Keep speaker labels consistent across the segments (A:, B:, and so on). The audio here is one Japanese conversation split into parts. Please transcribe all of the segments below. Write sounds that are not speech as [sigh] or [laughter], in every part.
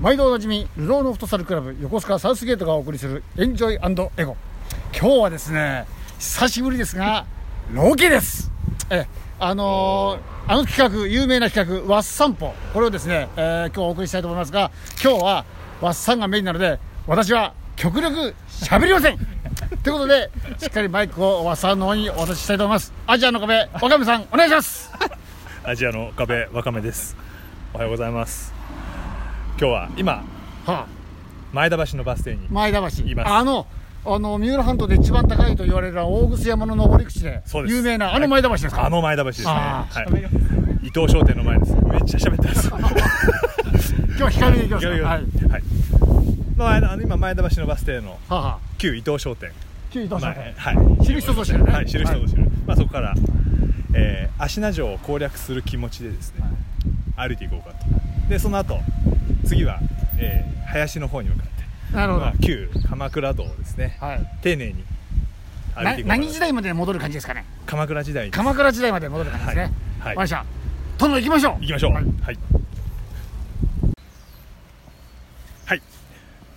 A: 毎度おなじみルローのフットサルクラブ横須賀サウスゲートがお送りするエンジョイエゴ今日はですね久しぶりですがロケですえあのーあの企画有名な企画ワッサン歩これをですね、えー今日お送りしたいと思いますが今日はワッサンがメインなので私は極力喋りません [laughs] ということでしっかりマイクをワッサンの方にお渡ししたいと思いますアジアの壁岡部さんお願いします
B: アジアの壁わかめですおはようございます今日は今
A: はあ
B: 前田橋のバス停に
A: 前田橋
B: います
A: あのあの三浦半島で一番高いと言われるのは大楠山の登り口で
B: そうです
A: 有名なあの前田橋ですか、
B: あの前田橋ですね、
A: あー
B: はい、伊藤商店の前ですめっちゃ喋ってます
A: [laughs] 今日は光で行きます
B: い
A: か
B: やいや
A: はい
B: はいまああのあの今前田橋のバス停の
A: はあ、はあ、
B: 旧伊藤商店
A: 旧伊藤商店
B: 前はい
A: 知る人ぞ知るね
B: はい知る人ぞ知る、まあそこから、えー、芦名城を攻略する気持ちでですね、歩いていこうかとでその後次は、えー、林の方に向かって
A: なるほど、
B: まあ、旧鎌倉道をですね、
A: はい
B: 丁寧に歩いて
A: な
B: いこうかな
A: 何時代まで戻る感じですかね
B: 鎌倉時代に
A: 鎌倉時代まで戻る感じですね
B: はいはい
A: わかりましたどんどん行きましょう
B: 行きましょうは
A: はいい、
B: はい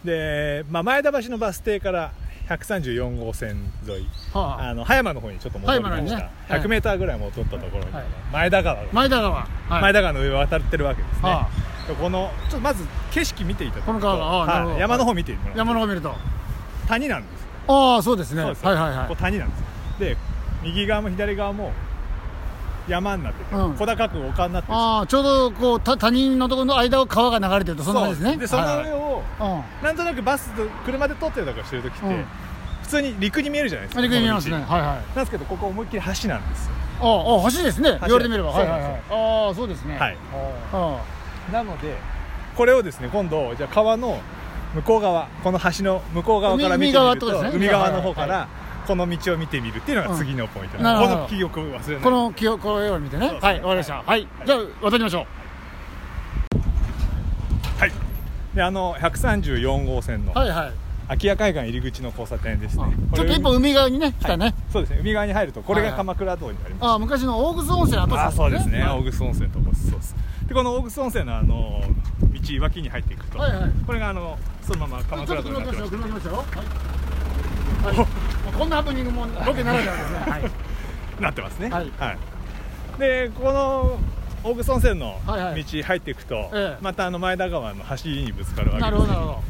B: で、まあ、前田橋のバス停から134号線沿い
A: はあ
B: あの葉山の方にちょっと戻りま
A: 葉
B: し
A: 山の
B: た、
A: ねはい
B: 100m ぐらい戻ったところに、
A: はい
B: 前田川が、
A: 前田川、はい、
B: 前
A: 田
B: 田川の上を渡ってるわけですね、
A: は
B: でこのちょっとまず景色見ていただくと
A: この川がああなるほど
B: はい山の方見てもらう
A: 山の方見ると
B: 谷なんですよ
A: ああそうですね
B: そうです
A: はいはいは
B: ここ
A: い
B: 谷なんですよで右側も左側も山になってて、
A: うん
B: 小高く丘になってて
A: ああちょうどこうた谷のところの間を川が流れてるとそんな感じですね
B: でその
A: はい
B: 上
A: はい
B: を、なんとなくバスと車で通ってるとかしてる時って、
A: うん
B: 普通に陸に見えるじゃないです
A: うん
B: か
A: 陸に見えますね
B: こ
A: は
B: の
A: いはい
B: 道なんですけどここ思いっきり橋なんですよ
A: あああ橋ですね言われてみれば
B: そ
A: は
B: う
A: いはい
B: なん
A: は
B: で
A: いああそうですね
B: はい
A: あ
B: なのでこれをですね今度じゃあ川の向こう側この橋の向こう側から見てみると
A: 海
B: 海
A: 側
B: 側
A: ってことですね
B: の方か
A: は
B: らこの道を見てみるっていうのが次のポイント、
A: うんなるほ
B: こ
A: ど
B: の記憶を忘れない
A: この記憶を見てね
B: そうですね
A: はいわかりましたはいじゃあ渡りましょう
B: はいであの134号線の
A: はいはい
B: 空き家海岸入り口の交差点ですね、こ
A: ちょ
B: れ
A: っと一歩海側にね来
B: は
A: た
B: い
A: ね
B: そうですね海側に入るとこれ
A: はい
B: が
A: はい
B: 鎌倉道になります、
A: ああ昔の大楠温泉跡地
B: ああそうですね、
A: は
B: 大楠温泉のとこですそうですでこの大楠温泉のあの道脇に入っていくと、
A: はいはい
B: これがあのそのまま鎌
A: いちょ
B: 倉
A: っと
B: 道
A: 車
B: になっ
A: 来ま
B: て
A: した
B: ま
A: よ
B: す
A: 車来ましたよはいはいもうこんなハプニングもロケならではですねはい
B: なってますね
A: はい
B: でこの大楠温泉の
A: はいはい
B: 道入っていくと、
A: ええ
B: またあの前田川の橋にぶつかるわけです
A: なるほどなるほど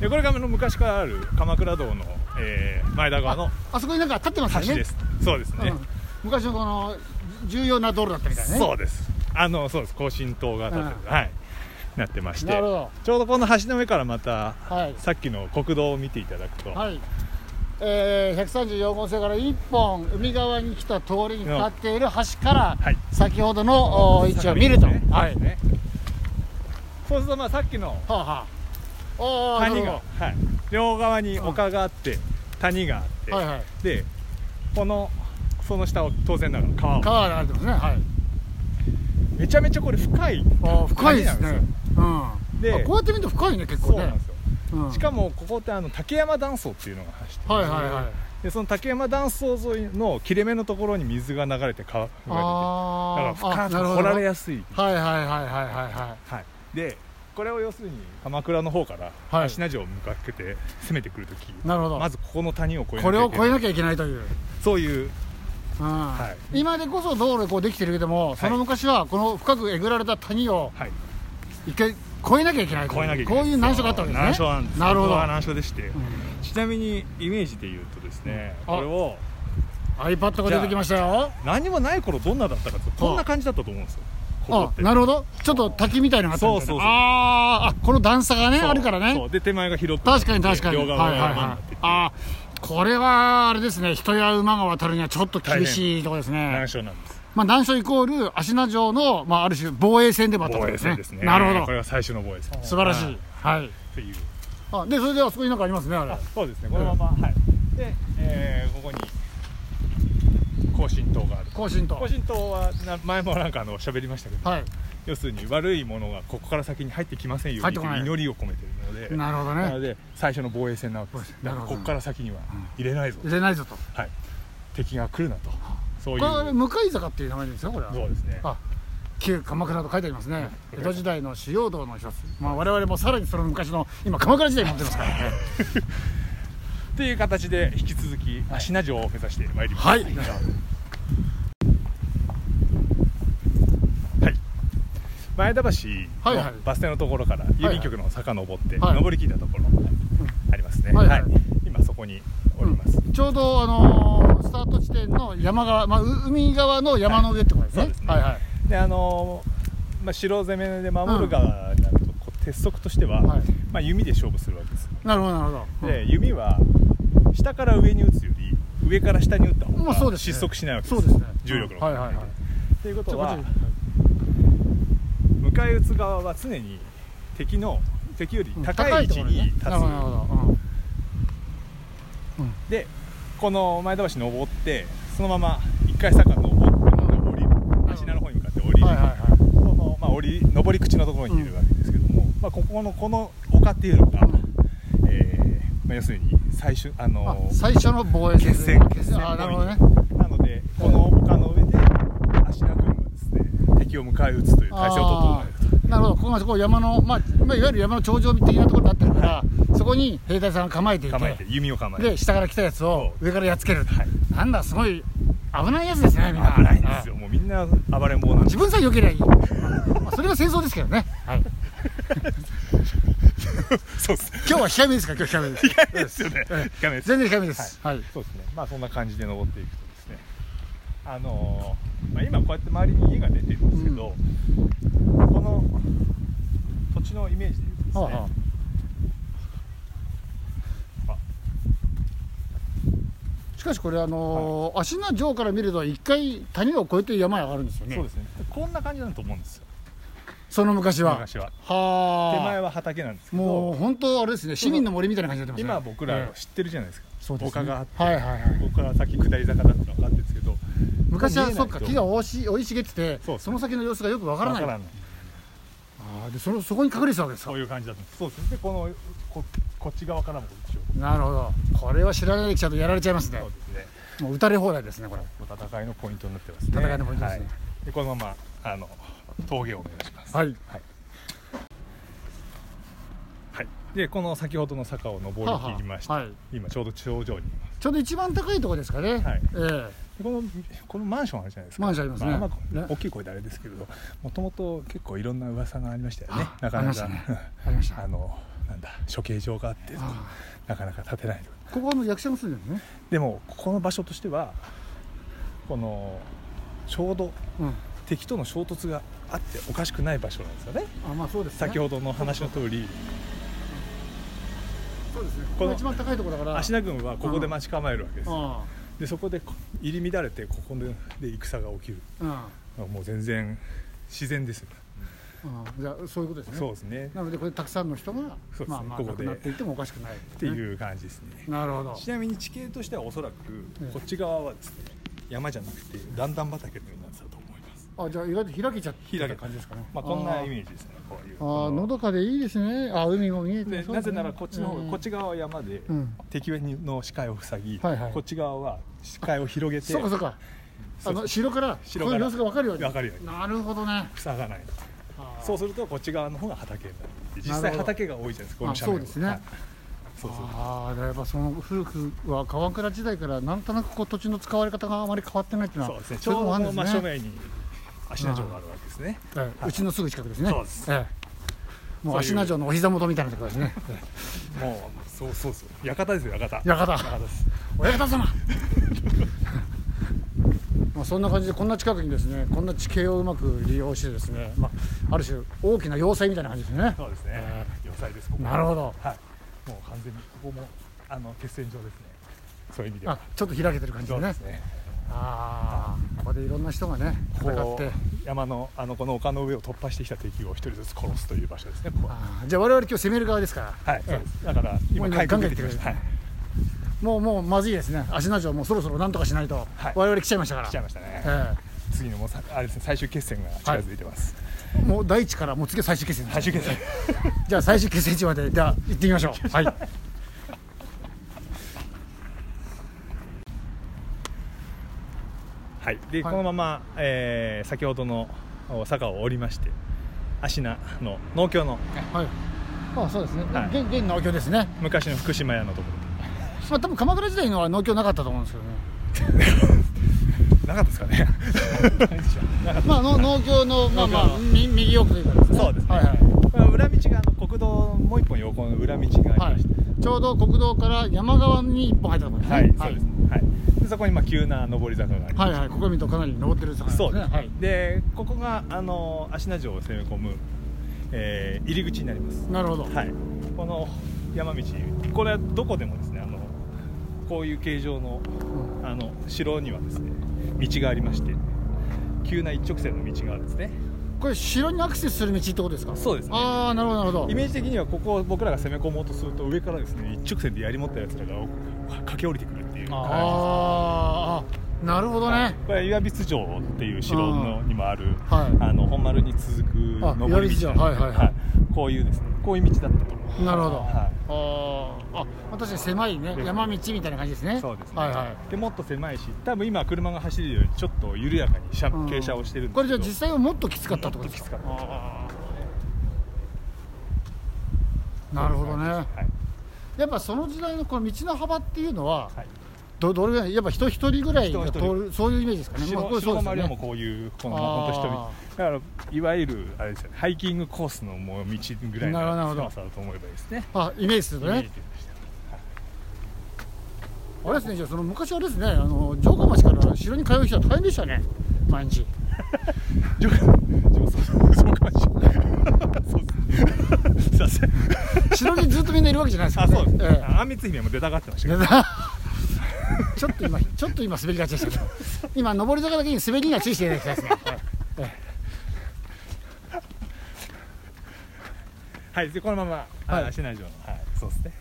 B: でこれがあの昔からある鎌倉道の、えー前田川の
A: あそこになんか立ってますよね
B: 橋です、そうですね、
A: うん昔のこの重要な道路だったみたいね
B: そうですあのそうです更新塔が建ててるはいなってまして
A: なるほど
B: ちょうどこの橋の上からまた
A: はい
B: さっきの国道を見ていただくと、
A: はい、えー、134号線から1本海側に来た通りに立っている橋から、
B: はい
A: 先ほどのお位置を見ると、
B: ね
A: は、
B: はいい、そうするとまあさっきの
A: はあ、はあ、おー
B: 谷
A: なる
B: が、はい、両側に丘があって、谷があって、
A: ほどはいはい
B: でこのその下を当然ながら川を
A: 川が流れてますねはい
B: めちゃめちゃこれ深い
A: あー深いですね
B: 谷なん
A: うん
B: で
A: あこうやって見ると深いね結
B: そ
A: 構
B: うなん
A: ね
B: ですよ、
A: うん
B: しかもここってあの竹山断層っていうのが走ってる
A: はいはいはい
B: でその竹山断層沿いの切れ目のところに水が流れて川が流
A: あ
B: れ
A: ー
B: ててだから
A: あな
B: 深
A: る
B: く
A: ほ
B: 掘
A: ど
B: られやすい
A: はいはいはいはいはいは
B: はい、でこれを要するに鎌倉の方から
A: はい
B: 芦名城を向かってて攻めてくるとき、
A: いなるほど、
B: まずここの谷を越えなきゃいけない
A: これを越えなきゃいけないという、
B: そういう
A: うん
B: い
A: 今でこそ道路こうできてるけども、その昔はこの深くえぐられた谷を
B: はい
A: 一回越えなきゃいけないと
B: 越えなきゃいけない
A: こういう難所があったわけですね
B: 難所なんです
A: なるほ
B: ここ
A: ど
B: は難所でして、
A: う
B: ちなみにイメージで言うとですね、
A: うんあ
B: これを
A: iPad が出てきましたよ
B: 何もない頃どんなだったかってこんな感じだったと思うんですよここ
A: あ
B: って
A: なるほどちょっと滝みたいなのがあったんです
B: そうそうそう
A: あーあこの段差がね
B: そう
A: あるから
B: そ
A: ね
B: うで手前が広くなっ
A: 確
B: て
A: かに確かに
B: 両側が山になってて
A: あーこれはあれですね人や馬が渡るにはちょっと厳しいところですね
B: 難所なんです
A: まあ難所イコール芦名城の、まあ、ある種防衛戦でもあった
B: 防
A: わけ
B: 衛
A: です
B: 戦
A: ね
B: ですね
A: なるほ
B: こ
A: ど
B: れが最初の防衛戦
A: 素晴らしいはい
B: という
A: あでそれではそこになんかありますねあれ
B: あそうですねこのまま、はいで、えーここに更新塔がある
A: 更新と
B: 更新塔はな前もなんかあの喋りましたけど、
A: はい
B: 要するに悪いものがここから先に入ってきませんよう
A: 入って
B: にと
A: こ
B: い
A: ないう
B: 祈りを込めてるので
A: なるほど
B: なの
A: ね
B: で最初の防衛戦なわけです
A: 防衛戦
B: だ
A: なる
B: から
A: ほど
B: ここから先には入れないぞ、
A: 入れないぞとこ
B: はい敵が来るなとそうい
A: れは
B: う
A: 向かい坂っていう名前ですよこれは
B: そうですね
A: あ旧鎌倉と書いてありますね江戸時代の主要道の一つ、まあ、我々もさらにその昔の今鎌倉時代に持ってますからね
B: っていう形で引き続き芦名城を目指してまいります
A: はい
B: はい、前田橋
A: はいはい
B: のバス停のところから郵便局の坂登って
A: はい
B: 上り切ったところありますね、
A: はいはい
B: 今そこにおります、
A: ちょうど、あのースタート地点の山側、まあ、う海側の山の上ってことですね。
B: そうですね
A: はいはい。
B: であのーまあ、城攻めで守る側になると、こう鉄則としては、
A: はい
B: まあ、弓で勝負するわけですよ
A: なるほど、なるほど。
B: で弓は下から上に打つより上から下に打った
A: うんまあ、そう
B: 方
A: です、
B: が
A: ね。
B: 失速しないわけです,、
A: そうですね。
B: 重力の
A: はいはいはい。
B: というこ
A: ちょ
B: と
A: こっ
B: は
A: ち
B: 迎え撃つ側は常に敵の敵より高い位置に立つ、
A: なるほど、なるほど。
B: でこの前田橋登ってそのまま一回坂登ってまた降りる
A: うん
B: 芦名の方に向かって降り
A: うん。
B: る、
A: はいはいはい。
B: その、まあ、降り上り口のところにいるわけですけども、まあ、ここのこの丘っていうのが、えーまあ、要するに最終あの
A: あ、最初の防衛戦
B: 決戦決戦
A: あー、なるほどね。
B: なのでこの丘の上で芦名軍はですね敵を迎え撃つという体制を整えると
A: なるほど、ここがこう山の、まあ、まあいわゆる山の頂上的なところになってるから、そこに兵隊さんが構えていて、
B: 構えて弓を構え
A: で、
B: て
A: 下から来たやつを上からやっつける。
B: はい
A: なんだ、すごい危ないやつですね、みんな。
B: 危ないんですよもうみんな暴れん
A: [laughs]
B: 坊なんで
A: 自分さえ良ければいい、まあ、それが戦争ですけどね、はい、
B: そうです
A: 今日は控えめですから今日控えめです
B: いですよね
A: え
B: ダメです
A: 全然控えめです、はい
B: そうですねまあそんな感じで登っていくとですねあのーまあ、今こうやって周りに家が出てるんですけど、この土地のイメージで言うとですね、
A: はあは
B: あ
A: あしかしこれあのー芦名城から見ると一回谷を越えて山へ上がるんですよね
B: そうですねこんな感じだと思うんですよ
A: その昔は
B: 昔は
A: はあ
B: 手前は畑なんですけど
A: もう本当あれですね市民の森みたいな感じになってますね
B: 今僕ら知ってるじゃないですか、
A: そうですね
B: 丘があって、
A: はいはいはい
B: ここから先下り坂だってのは分かってるんですけど
A: 昔は
B: 見え
A: そ
B: な
A: っ
B: いと
A: か木が生いし生い茂ってて
B: そう
A: その先の様子がよくわからない
B: わからない
A: あーでそのそこに隠れてたわけですか
B: そういう感じだとそうですねでこのここっち側からも一応
A: なるほどこれは知らないで来ちゃうとやられちゃいますね
B: そうですね
A: もう打たれ放題ですねこれ
B: 戦いのポイントになってますね
A: 戦いのポイントですね
B: はいでこのままあの峠をお願いします
A: はい
B: はい、はいでこの先ほどの坂を登り切りまして、
A: はあはあはい
B: 今ちょうど頂上にいます
A: ちょうど一番高いところですかね、
B: はい
A: ええ
B: でこのこのマンションあるじゃないですか
A: マンションありますね
B: あまあ
A: ね
B: 大きい声であれですけどもともと結構いろんな噂がありましたよね
A: あ
B: なか
A: あり
B: な
A: まし
B: か
A: たねありました
B: あのなんだ処刑場があってとか
A: あ
B: なかなか建てないとか
A: ここはあの役者も住んでるのね、
B: でもここの場所としてはこのちょうど
A: うん、
B: 敵との衝突があっておかしくない場所なんですよね
A: あまあそうですね
B: 先ほどの話の通り
A: そうですねこ
B: こ
A: こが
B: の
A: 一番高いところだから
B: 芦名軍はここで待ち構えるわけです
A: あ
B: でそこでこ入り乱れてここでで戦が起きる
A: あうんうん
B: もう全然自然ですよね
A: じゃあそういうことですね
B: そうですね
A: なのでこれたくさんの人が、
B: すね
A: まあまあ
B: こ
A: 亡
B: こ
A: く
B: で
A: なっていってもおかしくない、
B: って
A: う
B: いう感じですね
A: なるほど
B: ちなみに地形としてはおそらく
A: うん
B: こっち側はですね山じゃなくて段々畑のようになってたと思います
A: あじゃあ意外と開けちゃって
B: 開
A: た
B: け
A: 感じですかね
B: まあこんなイ
A: 味
B: メージですねこういう
A: あーあーのどかでいいですねあー海も見えて
B: で
A: そう
B: な
A: です
B: ぜ
A: ね
B: ならこっちの方、
A: うん
B: こっち側は山で、
A: うん
B: 敵の視界を塞ぎ、
A: はいはい
B: こっち側は視界を広げて
A: そうかそうか
B: そ
A: あ
B: うそう
A: の城からこ
B: 城
A: の
B: から
A: 様子が分かるように
B: わかるように
A: なるほどね
B: 塞がないと
A: あー
B: そうするとこっち側の方が畑になる実
A: なる
B: 際
A: ほど
B: 畑が多いじゃないですかこの
A: あ
B: 斜面
A: そうですね
B: はいそうそう
A: ああやっぱその古くは川倉時代からなんとなくこう土地の使われ方があまり変わってないっていうのは
B: そうですねち
A: そういう
B: ょ
A: と
B: う
A: こ
B: ど
A: あるん
B: 真
A: ですね
B: 正面に芦名城があるわけですね、
A: ええうちのすぐ近くですね
B: そうです
A: ええもう
B: そういう
A: 芦名城のお膝元みたいなところですね
B: もうそうそうそう館ですよ館
A: 館
B: 館です
A: 親方様 [laughs] まあそんな感じでこんな近くにですねこんな地形をうまく利用してですね、まあ、ある種大きな要塞みたいな感じですね
B: そうですね
A: え
B: 要塞ですここ
A: なるほど
B: はいもう完全にここもあの決戦場ですねそういう意味で
A: あ
B: は
A: ちょっと開けてる感じ
B: そ
A: で
B: う
A: ね
B: ですね
A: ああここでいろんな人がね戦っ
B: こ
A: て
B: う山のあのこの丘の上を突破してきた敵を一人ずつ殺すという場所ですねここは
A: あーじゃあ我々今日攻める側ですから
B: はいそうですだから
A: もう
B: 今
A: ね
B: 回復出てきまし
A: ガ
B: た
A: ンガン行ってくれる
B: はい
A: もうもうまずいですね芦名城もうそろそろなんとかしないと、
B: はい
A: 我々来ちゃいましたから
B: 来ちゃいましたね
A: え
B: 次のもうさあれですね最終決戦が近づいてます
A: えもう第一からもう次は最終決戦です
B: 最終決戦
A: じゃあ最終決戦地までじゃあ行ってみましょうはい
B: はいでこのままえー先ほどの坂を降りまして芦名の農協の
A: はいあそうですね、
B: はい
A: 現現農協ですね
B: 昔の福島屋のところ
A: まあ多分鎌倉時代のは農協なかったと思うんですけどね
B: なかったですかねないでしょなかった
A: まあの農協のまあまあみ右奥というかですね
B: そうですね
A: はいはい
B: まあ裏道があの国道もう一本横の裏道があ
A: は
B: りまして、
A: い、ちょうど国道から山側に一本入ったところですね
B: はい、そうです、はい、でそこにまあ急な上り坂がありま
A: は
B: す
A: いはいここ見るとかなり登ってる坂ですね
B: そうです、
A: はい、
B: でここがあの芦名城を攻め込む、えー入り口になります、
A: なるほど、
B: はい、この山道これはどこでもですねあのこういう形状の
A: うん
B: あの城にはですね道がありまして急な一直線の道があるんですね
A: これ城にアクセスする道ってことですか
B: そうですね
A: ああなるほどなるほど
B: イメージ的にはここを僕らが攻め込もうとすると上からですね一直線で槍持ったやつらが駆け下りてくるっていう感
A: あーあなるほど
B: じ
A: ね、
B: ですこれは岩櫃城っていう城のにもある
A: はい
B: あの本丸に続く
A: あ
B: 上り道
A: 岩櫃城はいはいはい
B: こういうですねこういう道だったと思う
A: なるほど、
B: は
A: あーあまあ確かに狭いね
B: で
A: 山道みたいな感じですね
B: い、そうですね、
A: はいはい
B: でもっと狭いし多分今車が走るよりちょっと緩やかに車、
A: うん
B: 傾斜をしてるんですけど
A: これじゃあ実際はもっときつかったってことですか
B: もっときつ
A: あーなるほどね
B: はい
A: やっぱその時代のこの道の幅っていうのは、
B: はい
A: どどれぐらいやっぱ人一人ぐらいが
B: 人
A: 通
B: 一
A: るそういうイメージですかね
B: 城
A: まあこれ
B: 城の
A: そうで
B: 周り
A: すよ
B: はも
A: ね
B: うこういうこの
A: あー
B: 本当人々だからいわゆるあれですよねハイキングコースのもう道ぐらい
A: なるほど
B: の狭さだと思えばいいですね
A: あイメージすると
B: イメー
A: ね
B: ジでした
A: あれですねじゃあその昔はですねあの城下町から城に通う人は大変でしたね毎日
B: 上上そうそうかもしれないそうですねすいません
A: 城にずっとみんないるわけじゃないですか
B: あ
A: らね、
B: そうですね、
A: ええ
B: あんみつ姫も出たがってましたけど
A: [laughs] ちょっと今、ちょっと今滑りがちでしたけど、今上り坂だけに滑りには注意していただきたいですね。
B: はい、でこのまま、
A: はい
B: あ市内城の、はい、そうですね。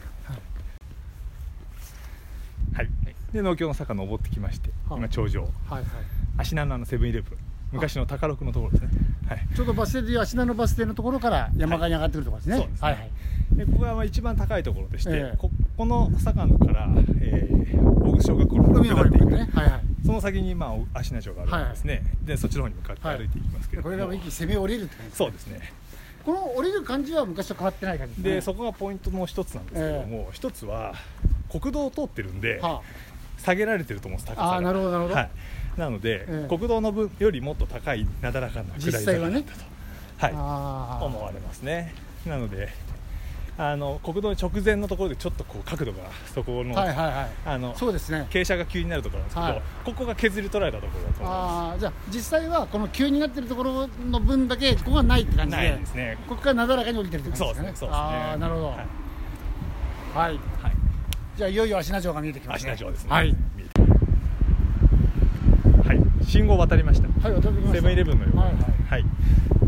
B: はい、で農協の坂登ってきまして、
A: はい
B: 今頂上、
A: はいはい。
B: 芦名のあのセブンイレブン、昔の宝六のところですね。はい、
A: ちょうどバス停でいう芦名のバス停のところから山側に上がってくるところですね。
B: はいそうですね
A: はいはい。
B: でここがまあ一番高いところでして、
A: ええ
B: ここの坂のから、えー、大口小学校の
A: 海の
B: 下
A: 方
B: っ
A: に
B: てい
A: 向
B: く、
A: かってね。はいはい。
B: その先にまあお芦名城があるわけですね、でそっちの方に向かって歩いていきます
A: で
B: けれど
A: こ
B: も、
A: れが一気に攻め降りるって感じです
B: そうですね。
A: この降りる感じは昔と変わってない感じ
B: で、
A: ね。
B: そこがポイントの一つなんですけれども、一つは国道を通ってるんで、
A: は
B: 下げられてると思うんです高さが
A: あーなるほどなるほど
B: はい、なので、
A: ええ
B: 国道の分よりもっと高いなだらかな下り
A: 実
B: 坂
A: 際は
B: だっ
A: ね
B: たと、
A: あ、あ
B: はい、
A: あ
B: 思われますねなのであの国道の直前のところでちょっとこう角度がそこの,、
A: はいはいはい。
B: あの
A: そうですね。
B: 傾斜が急になるところなんですけど、
A: はい
B: ここが削り取られたところだと思いま
A: ああ、じゃあ実際はこの急になってるところの分だけここがないって感
B: す
A: じ
B: ない
A: で
B: で、すね
A: ここからなだらかに降りてるって感じ
B: そう
A: で
B: ですす
A: か
B: ねそう
A: ね。
B: ですね
A: ああ、なるほど。
B: はい
A: はい。
B: はい
A: じゃあいよいよ芦名城が見えてきま
B: 芦
A: すね。
B: 名城ですね
A: はい。
B: 見えてはい信号渡りました
A: はい、渡ってきました
B: セブンイレブンのような
A: はいはい
B: はい、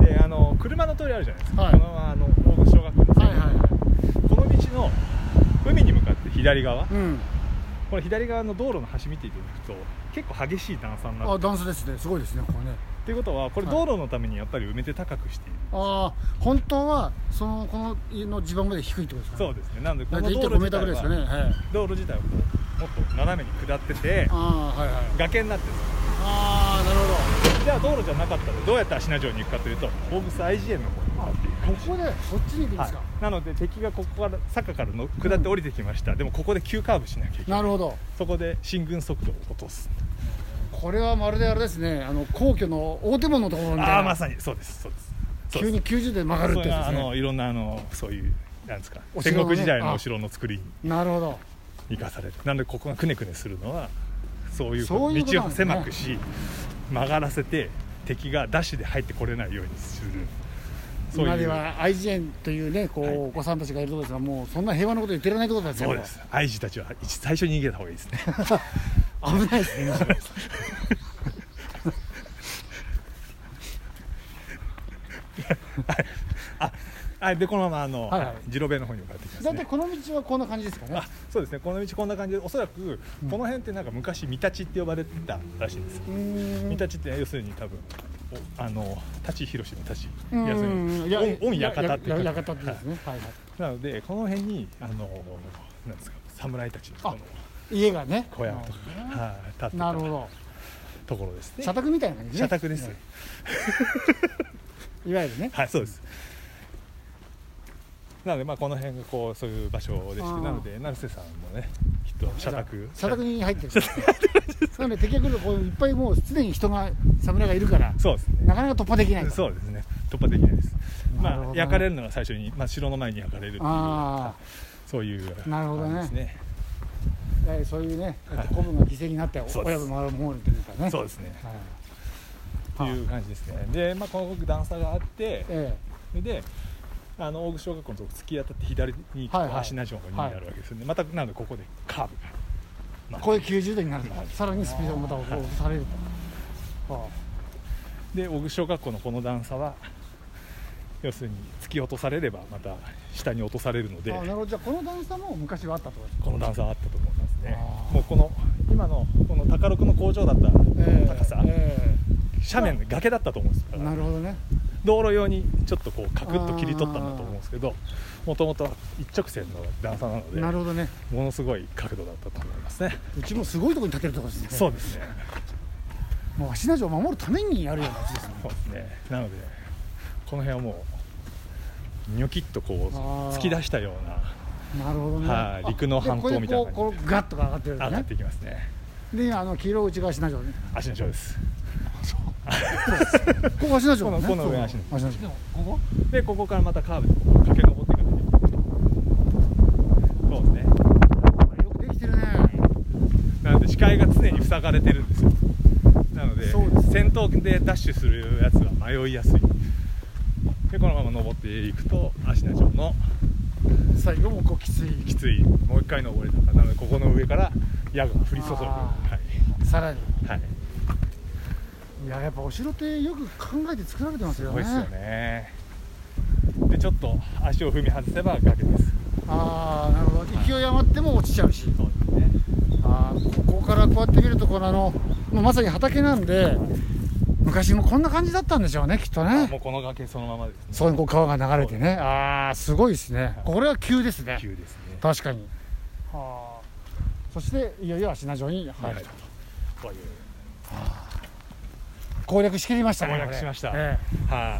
B: であの車の通りあるじゃないですか、
A: はい
B: このままあの大口小学校の
A: はいはいは
B: この道の海に向かって左側、
A: い。うん。
B: この左側の道路の端見ていただくと結構激しい段差にな
A: あ、
B: って
A: ダンスですね。すごいですね、これね。
B: っていうことはこれ
A: はい
B: 道路のためにやっぱり埋めて高くしている、
A: ああ、本当は、その、この家の地盤まで低いってことですか、
B: そう
A: ね。
B: ですねなのでこ
A: 大
B: の
A: 体
B: 道路
A: 1.5メー
B: 自
A: ター
B: 体
A: ぐらいですかね。
B: は、
A: はい。
B: 道路自体はこうもっと斜めに下ってて
A: ああ、はいはい。
B: 崖になってる
A: ああ、なる
B: じゃあ道路じゃなかったらどうやって芦名城に行くかというと大楠愛知園の方に向かっていく
A: ほど。ここで、そっちに行くんですか。
B: はい、なので敵がここから坂からの下って降りてきました、でもここで急カーブしなきゃいけな
A: な
B: い
A: るほど。
B: そこで進軍速度を落とす
A: これはまるであれですね、あの皇居の大手門のところみたいな
B: ああまさにそうですそうですそ
A: 急
B: うです
A: に90度で曲がるって
B: それ
A: やつ
B: があ
A: ですね
B: のいろんなあのそういうなんですか
A: お城
B: 戦
A: のね
B: 国時代の
A: あ
B: お城の作りに
A: なるほど
B: 生かされてなのでここがくねくねするのはそういう
A: そういうこと
B: 道
A: なん
B: を
A: ですね
B: 狭くし、曲がらせて敵がダッシュで入ってこれないようにするそういう
A: 今では愛知園というねこう、
B: はい
A: お子さんたちがいるところですがもうそんな平和なこと言ってられないところですよ
B: そうです愛知たちは一最初に逃げた方がいいです
A: [laughs]
B: ね
A: 危ないですね
B: あでこのままあの、
A: はいはい
B: 次郎兵衛の方に向かっていきます、ね、
A: 大体この道はこんな感じですかね
B: あそうですねこの道こんな感じでおそらくこの辺ってなんか昔三立って呼ばれてたらしいんです、
A: うー
B: 三
A: ん
B: 立って要するに多分おあの舘ひろしの舘
A: うん
B: 要する
A: いや
B: に御御館って書
A: や
B: く
A: や館ってですね、はいは
B: なのでこの辺にあのなんですか侍たちの
A: あ
B: この
A: い、家がね
B: 小屋とかがはい立ってた
A: なるほど
B: ところですね
A: 社宅みたいな感じね
B: 社宅です、
A: いわゆるね
B: はいそうですなのでまあこの辺がこうそういう場所でし
A: あー
B: てなので成瀬さんもねきっと社宅
A: 社宅に入ってるなので結局こういっぱいもう常に人が侍がいるから
B: そうです
A: な
B: ね
A: かなか突破できない
B: そうですね突破できないです
A: なるほど
B: まあ
A: ね
B: 焼かれるのが最初に、まあ、城の前に焼かれるっていう
A: あ
B: そういう
A: なるほどね
B: 感じですね
A: あやはりそういうね子分が犠牲になって
B: そうで
A: 親
B: す
A: 分を守るっていうかね
B: そう
A: う
B: ですねって
A: はい
B: いう感じですねでまあこの段差があって
A: え
B: であの大口小学校のとこ突き当たって左にこう
A: はいはい
B: 橋なじの方にあるわけですよね、またなのでここでカーブが
A: えこれ90度になるからさらにスピードがまた落とされるとは
B: で小口小学校のこの段差は要するに突き落とされればまた下に落とされるの
A: あ
B: で
A: あなるほどじゃあこの段差も昔はあったってこと
B: この段差はあったと思いますね
A: あー
B: もうこの今のこの高六の工場だった
A: ええ
B: 高さ、
A: え
B: 斜面崖だったと思うんです
A: え
B: だから
A: なるほどね
B: 道路用にちょっとこうカクッと切り取ったんだと思うんですけどもともと一直線の段差なので
A: なるほどね
B: ものすごい角度だったと思いますね
A: うちもすごいところに建てるところですね
B: そうですね
A: もう芦名城を守るためにやるようなやつですね
B: そうですねなのでこの辺はもうニョキッとこう
A: あー
B: 突き出したような
A: なるほどね、
B: はい
A: あ
B: 陸の半島みた
A: でこ
B: いな感じで
A: れでこうこうガッと上がってるん
B: 上が
A: で
B: っ
A: す
B: ていきますね
A: ねであの黄色い内側芦名城ね
B: 足の上です
A: ここ芦名城ねそう芦名城
B: このこの上芦
A: ここ
B: でここからまたカーブでここ駆け上っていくんでそうですね
A: よくできてるね
B: なので視界が常に塞がれてるんですよなので
A: そうです
B: 先頭でダッシュするやつは迷いやすいでこのまま登っていくと芦名城の
A: 最後もこうきつい
B: きついもう一回登れたかなのでここの上から矢が降り注ぐは
A: あさらに
B: い、はい、
A: いややっぱお城ってよく考えて作られてます
B: す
A: よ
B: ごい
A: ね
B: ですよねでちょっと足を踏み外せば崖です
A: ああなるほど勢い余っても落ちちゃうし
B: そうですね
A: あーここからこうやって見るとこのあのもうまさに畑なんで昔もこんな感じだったんでしょうねきっと
B: あ
A: ね
B: もうこの崖そのままですね
A: そこにこう川が流れてねああすごいですねこれは急ですね
B: 急ですね
A: 確かにはあそしていよいよ芦名城に入ると、
B: こういう
A: 攻略しきりましたね
B: 攻略しました
A: これえ
B: はい、
A: え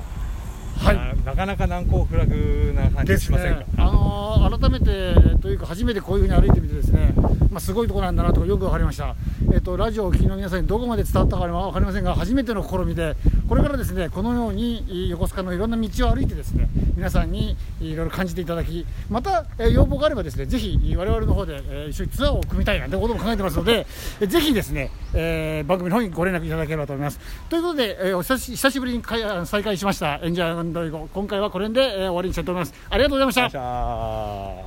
A: はい
B: ななかなか難攻不落な感じがしませんか、
A: あのー改めてというか初めてこういうふうに歩いてみてですね、まあ、すごいところなんだなとよく分かりました、えっとラジオをお聞きの皆さんにどこまで伝わったかは分かりませんが初めての試みでこれからですねこのようにえー横須賀のいろんな道を歩いてですね皆さんにえーいろいろ感じていただきまた、えー要望があればですねぜひえー我々の方で、えー一緒にツアーを組みたいなんてことも考えてますのでえーぜひですね、えー番組の方にご連絡いただければと思いますということで、えーお久し久しぶりに会あの再開しましたエンジョイエンドイゴ今回はこれで、えー終わりにしたいと思いますありがとうございました
B: よいしょー